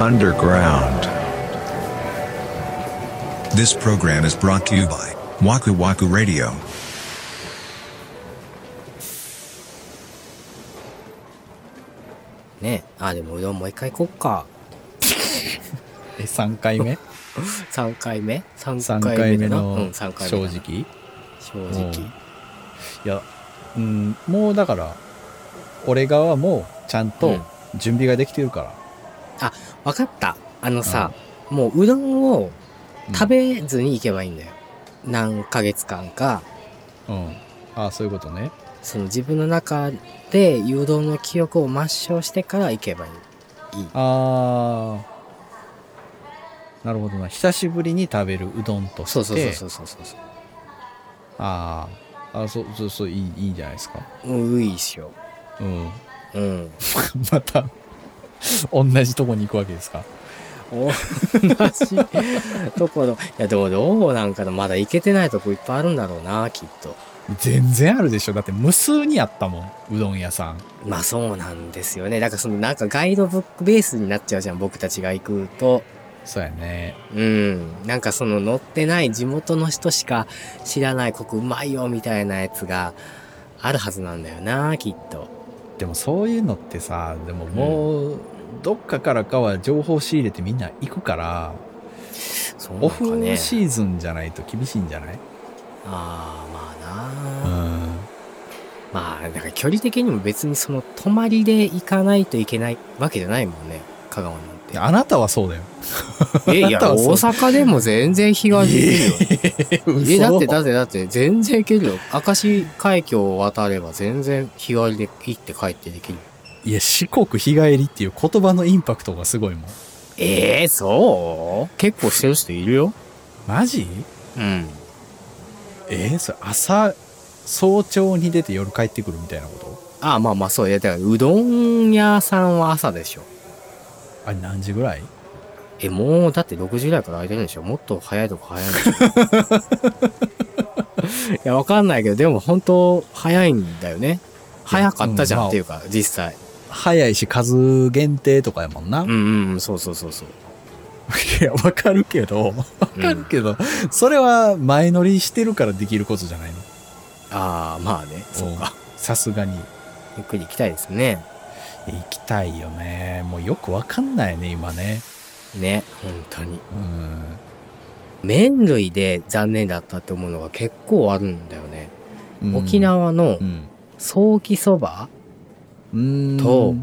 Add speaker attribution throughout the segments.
Speaker 1: Underground.
Speaker 2: This program is brought to you by Waku Waku Radio.
Speaker 3: ねあ、でもうどんもう一回行こっか。
Speaker 4: え3回目
Speaker 3: 3回目 ?3
Speaker 4: 3
Speaker 3: 回
Speaker 4: 回
Speaker 3: 目
Speaker 4: 目
Speaker 3: だな。う
Speaker 4: の
Speaker 3: ん、
Speaker 4: 正
Speaker 3: 3回目だな。
Speaker 4: 直
Speaker 3: 正
Speaker 4: もう
Speaker 3: 直。
Speaker 4: いや、うん、もうだから俺側はもうちゃん
Speaker 3: う
Speaker 4: と
Speaker 3: ん正
Speaker 4: 準備ができてるから、
Speaker 3: わかった。あのさ、もううどんを
Speaker 4: うん
Speaker 3: 食べずに行けばいいんだよ。何ヶ月間か、
Speaker 4: うん、ああそういうことね
Speaker 3: その自分の中でうどんの記憶を抹消してから行けばいい。
Speaker 4: ああなるほどな久しぶりに食べるうどんとして
Speaker 3: そうそうそうそうそうそう。
Speaker 4: あーあそうそうそういいいいんじゃないですか
Speaker 3: うん、いいっしょ。
Speaker 4: うん
Speaker 3: うん。
Speaker 4: また同じとこに行くわけですか
Speaker 3: 同じところ。いや、でもどうなんかな。まだ行けてないとこいっぱいあるんだろうな、きっと。
Speaker 4: 全然あるでしょだって無数にあったもんうどん屋さん
Speaker 3: まあそうなんですよね。だからそのなんかガイドブックベースになっちゃうじゃん、僕たちが行くと。
Speaker 4: そうやね
Speaker 3: うん。なんかその乗ってない地元の人しか知らないここうまいよみたいなやつがあるはずなんだよな、きっと。
Speaker 4: でもそういうのってさでももうどっかからかは情報仕入れてみんな行くから、
Speaker 3: そうな
Speaker 4: オ
Speaker 3: のかね
Speaker 4: フ。シーズンじゃないと厳しいんじゃない
Speaker 3: ああ、まあ
Speaker 4: う
Speaker 3: な。
Speaker 4: ん
Speaker 3: まあ、だから距離的にも別にその泊まりで行かないといけないわけじゃないもんね、香川なんて。
Speaker 4: いやあなたはそうだよ
Speaker 3: え、い
Speaker 4: あ
Speaker 3: や、
Speaker 4: なた
Speaker 3: 大
Speaker 4: はそう
Speaker 3: 阪でも全然日が出るよ。え、だって、だって、だって、全然行けるよ。明石海峡を渡れば全然日帰りで行って帰ってできる。
Speaker 4: いや四国日帰りっていう言葉のインパクトがすごいもん
Speaker 3: ええそう結構してる人いるよ。
Speaker 4: マジ
Speaker 3: うん。
Speaker 4: えー、それ朝早朝に出て夜帰ってくるみたいなこと
Speaker 3: ああ、まあまあ、そう。いや、だから、うどん屋さんは朝でしょ。
Speaker 4: あれ何時ぐらい
Speaker 3: え、もう、だって6時ぐらいから空いてるんでしょもっと早いとこ早いんでしょ いや、わかんないけど、でも本当、早いんだよね。早かったじゃん、
Speaker 4: うんまあ
Speaker 3: っていうか、実際。
Speaker 4: 早いし数限定とかやもんな、
Speaker 3: うん
Speaker 4: い
Speaker 3: うんうん、そうそうそうそう。
Speaker 4: やわかるけどわかるけど、それは前乗りしてるからできることじゃないの
Speaker 3: ああ、まあね。そうか。
Speaker 4: うんさすがに
Speaker 3: ゆっくり行きたいですね。
Speaker 4: 行きたいよねもうよくわかんないね今ね
Speaker 3: ね、本当に。
Speaker 4: うん
Speaker 3: 麺類で残念だったって思うのが結構あるんだよね。
Speaker 4: うん
Speaker 3: 沖縄の
Speaker 4: うん
Speaker 3: ソーキそば、
Speaker 4: うん
Speaker 3: と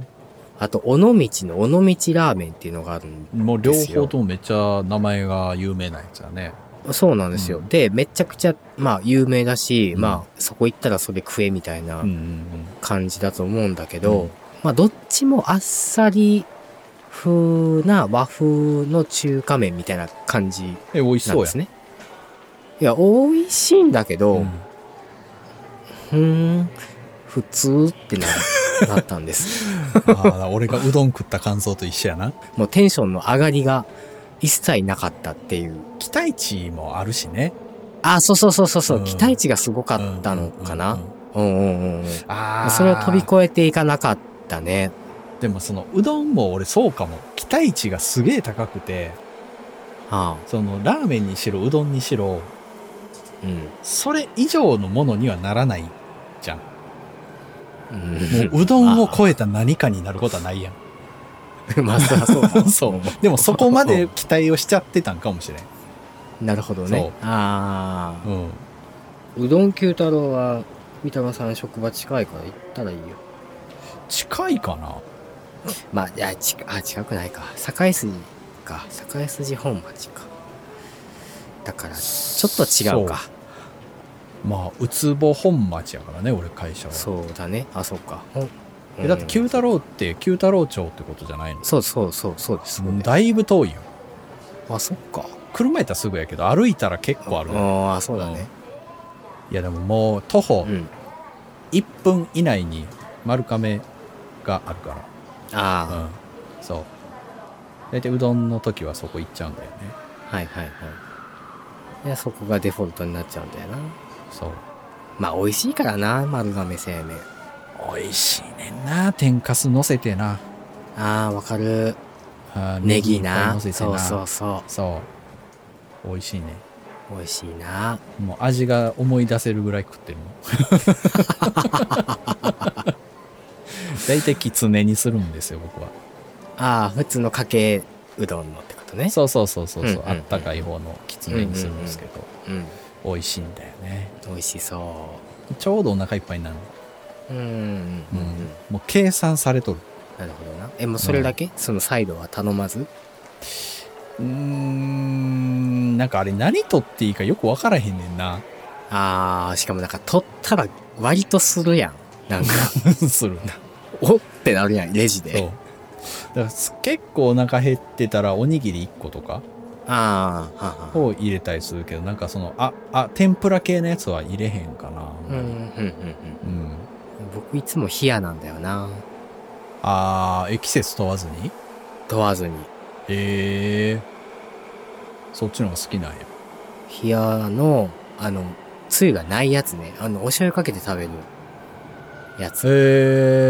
Speaker 3: あと尾道の尾道ラーメンっていうのがあるん
Speaker 4: もう両方ともめっちゃ名前が有名なやつだね
Speaker 3: そうなんですよ。
Speaker 4: うん
Speaker 3: で、めちゃくちゃ、まあ、有名だし、
Speaker 4: うん
Speaker 3: まあ、そこ行ったらそれ食えみたいな
Speaker 4: うんうん
Speaker 3: 感じだと思うんだけど、
Speaker 4: うん
Speaker 3: まあ、どっちもあっさり風な和風の中華麺みたいな感じ
Speaker 4: え美味し
Speaker 3: なん
Speaker 4: そう
Speaker 3: で
Speaker 4: や
Speaker 3: すね。いや、美味しいんだけど、
Speaker 4: うん
Speaker 3: ふーん、普通ってななったんです。
Speaker 4: ああ、俺がうどん食った感想と一緒やな。
Speaker 3: もうテンションの上がりが一切なかったっていう。
Speaker 4: 期待値もあるしね。
Speaker 3: あ、そうそうそうそうそう、
Speaker 4: うん
Speaker 3: 期待値がすごかったのかな。
Speaker 4: うんうんう
Speaker 3: うん
Speaker 4: ん
Speaker 3: うんうんうん。
Speaker 4: ああ。
Speaker 3: それを飛び越えていかなかったね。
Speaker 4: でもそのうどんも俺そうかも。期待値がすげえ高くて、
Speaker 3: ああ、
Speaker 4: そのラーメンにしろうどんにしろ、
Speaker 3: う
Speaker 4: それ以上のものにはならないじゃん。
Speaker 3: ん。
Speaker 4: もううどんを超えた何かになることはないやん。
Speaker 3: え まあ、そりゃそうだ
Speaker 4: そう。でもそこまで期待をしちゃってたんかもしれん。
Speaker 3: なるほど
Speaker 4: そう
Speaker 3: ね。ああ。
Speaker 4: うん。
Speaker 3: うどん九太郎は、三鷹さん職場近いから行ったらいいよ。
Speaker 4: 近いかな
Speaker 3: まあ、いや、ちあ、近くないか。堺筋か。堺筋本町か。だから、ちょっと違うか。
Speaker 4: まあ、うつぼ本町やからね、俺会社は。
Speaker 3: そうだね。あ、そうか。ほん
Speaker 4: えだって
Speaker 3: うん
Speaker 4: 九太郎って九太郎町ってことじゃないの
Speaker 3: そうそうそう、そうです。そうです
Speaker 4: だいぶ遠いよ
Speaker 3: あ、そっか。
Speaker 4: 車やったらすぐやけど歩いたら結構あるわ
Speaker 3: ああ、そうだね。
Speaker 4: いやでももう徒歩
Speaker 3: うん。
Speaker 4: 1分以内に丸亀があるか
Speaker 3: あ
Speaker 4: らうんそう大体うどんの時はそこ行っちゃうんだよね
Speaker 3: あ、はいはいはい。いや、そこがデフォルトになっちゃうんだよな。
Speaker 4: そう
Speaker 3: まあ、美味しいからな、丸亀製麺。
Speaker 4: 美味しいねんな天かす乗せてな
Speaker 3: ああ、わかる。
Speaker 4: あー
Speaker 3: ネギ
Speaker 4: いっぱい乗
Speaker 3: な。
Speaker 4: せて
Speaker 3: そうそうそ
Speaker 4: そう美味しいね
Speaker 3: う。美味しいな。
Speaker 4: もう味が思い出せるぐらい 食ってるもん大体きつねにするんですよ僕は
Speaker 3: ああ、普通のかけうどんのってことね。
Speaker 4: そうそうそうそうそう、
Speaker 3: うんうんうん
Speaker 4: あったかい方のきつねにするんですけど、
Speaker 3: うん。
Speaker 4: 美味しいんだよね
Speaker 3: 美味しそ
Speaker 4: ちょうどお腹いっぱいになる、
Speaker 3: う。うん。うん
Speaker 4: う
Speaker 3: うんんうん。
Speaker 4: もう計算されとる
Speaker 3: なるほどな。え、もうそれだけ、そのサイドは頼まず
Speaker 4: うーんなんかあれ何取っていいかよく分からへんねんな
Speaker 3: ああ、しかもなんか取ったら割とするやん。なん か、
Speaker 4: するな
Speaker 3: おってなるやん、レジ
Speaker 4: そう
Speaker 3: で。
Speaker 4: だからす結構お腹減ってたらおにぎり1個とか
Speaker 3: ああ、はあはあ。
Speaker 4: を入れたりするけどなんかそのああ天ぷら系のやつは入れへんかな
Speaker 3: うん、うん、うん、うん。
Speaker 4: うん
Speaker 3: 僕いつも冷やなんだよな。
Speaker 4: あーえ季節問わずに
Speaker 3: 問わずに。
Speaker 4: へえそっちの方が好きなんや
Speaker 3: 冷やの、あの、つゆがないやつね。あの、お醤油かけて食べるやつ。
Speaker 4: へ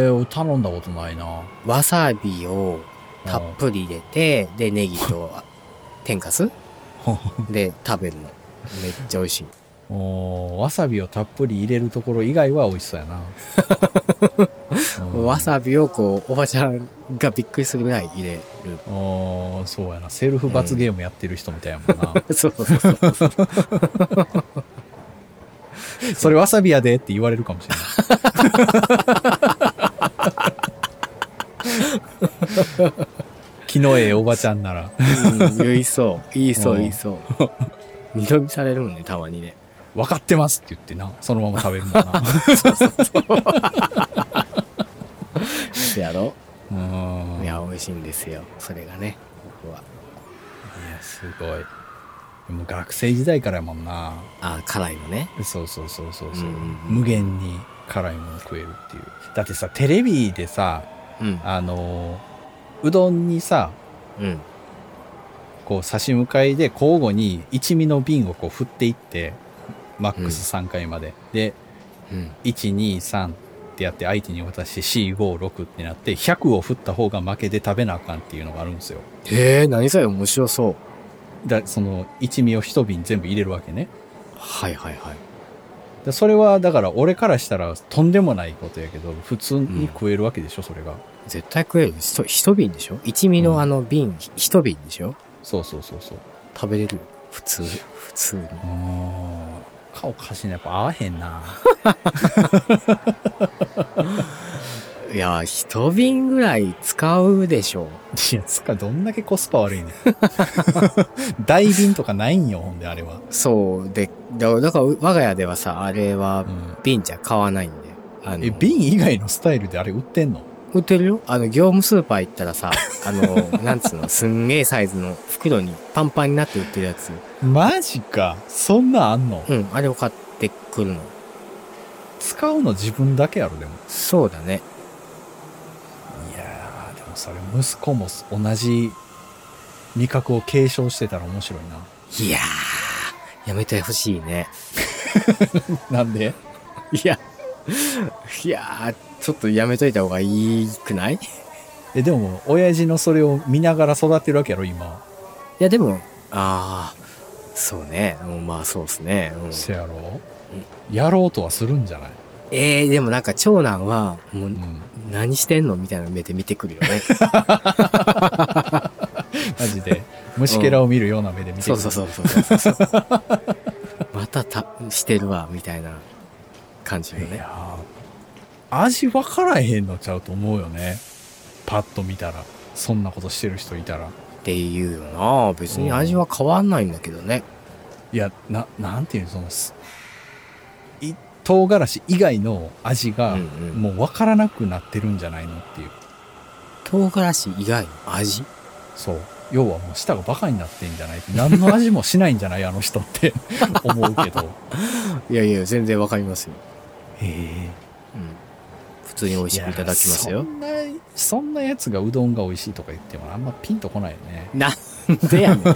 Speaker 4: え俺頼んだことないな
Speaker 3: わさびをたっぷり入れて、で、ネギと天か すで、食べるの。めっちゃ美味しい。
Speaker 4: おーわさびをたっぷり入れるところ以外は美味しそうや なうん
Speaker 3: わさびをこう、おばちゃんがびっくりするぐらい入れる。
Speaker 4: おーそうやなセルフ罰ゲームやってる人みたいやもんな、
Speaker 3: そうそうそう。
Speaker 4: それわさびやでって言われるかもしれ ない。気のええおばちゃんなら、
Speaker 3: うん、言いそう。言いそうう、
Speaker 4: ん
Speaker 3: 言いそう。二度見されるもんね、たまにね。
Speaker 4: 分かってますって言ってな、そのまま食べるも んな。
Speaker 3: やろ
Speaker 4: うん
Speaker 3: いや、美味しいんですよ。それがね、僕は。
Speaker 4: いやすごい。でも学生時代からやもんな。
Speaker 3: あ、辛いのね。
Speaker 4: そうそうそうそうそ
Speaker 3: うんうん
Speaker 4: う、
Speaker 3: うん
Speaker 4: 無限に辛いもの食えるっていう。だってさ、テレビでさ、
Speaker 3: うん。
Speaker 4: あのーうどんにさ、
Speaker 3: うん。
Speaker 4: こう差し向かいで交互に一味の瓶をこう振っていってマックス3回まで、で
Speaker 3: うん。
Speaker 4: 123ってやって相手に渡して456ってなって100を振った方が負けで食べなあかんっていうのがあるんですよ
Speaker 3: へえ、何それ面白そう。
Speaker 4: だその一味を一瓶全部入れるわけね
Speaker 3: はいはいはい。
Speaker 4: でそれはだから俺からしたらとんでもないことやけど普通に食えるわけでしょそれが、
Speaker 3: 絶対食える。ひと一瓶でしょ一味
Speaker 4: うん
Speaker 3: のあの瓶、ひ一瓶でしょ
Speaker 4: そうそうそうそう
Speaker 3: 食べれるよ。普通、普通に。
Speaker 4: うーん顔かしいなやっぱ合わへんない
Speaker 3: や、一瓶ぐらい使うでしょ
Speaker 4: いや、つか、どんだけコスパ悪いねん。 大瓶とかないんよ、ほんで、あれは。
Speaker 3: そう。で、だだから我が家ではさ、あれは
Speaker 4: うん
Speaker 3: 瓶じゃ買わないんで。あの
Speaker 4: え、瓶以外のスタイルであれ売ってんの
Speaker 3: 売ってるよあの、業務スーパー行ったら さ、あの、なんつうの、すんげえサイズの袋にパンパンになって売ってるやつ。
Speaker 4: マジか。そんなんあんの
Speaker 3: うん、あれを買ってくるの。
Speaker 4: 使うの自分だけやろ、でも。
Speaker 3: そうだね。
Speaker 4: いやー、でもそれ、息子も同じ味覚を継承してたら面白い
Speaker 3: いやー、やめてほしいね。
Speaker 4: な。なんで
Speaker 3: いや、いやー、ちょっとやめといた方がいいくないい
Speaker 4: え、でも、親父のそれを見ながら育てるわけやろ、今。
Speaker 3: や、でも、あー、そうね。うんまあ、そうですね。うん
Speaker 4: せやろやろうとはするんじゃない
Speaker 3: えー、でもなんか長男は、もう
Speaker 4: う。
Speaker 3: ん何してんのみたいな目で見てくるよね。
Speaker 4: マジで、虫けらを見る ような目で見て
Speaker 3: そうそうそうそうそうそうまたたしてるわみたいな感じの
Speaker 4: い
Speaker 3: ね
Speaker 4: やー味分からへんのちゃうと思うよねパッと見たらそんなことしてる人いたら
Speaker 3: っていうよな別に味は変わんないんだけどね
Speaker 4: いやななんていうのそのすい唐辛子以外の味が
Speaker 3: うんうん
Speaker 4: もう分からなくなってるんじゃないのっていう
Speaker 3: 唐辛子以外の味
Speaker 4: そう要はもう舌がバカになってんじゃない何の味もしないんじ ゃないあの人って思うけど
Speaker 3: いやいや全然わかりますよ、
Speaker 4: へえ
Speaker 3: うん、普通に美味しくいただきますよ
Speaker 4: そんなそんなやつがうどんが美味しいとか言ってもあんまピンとこないよね
Speaker 3: なんでやねん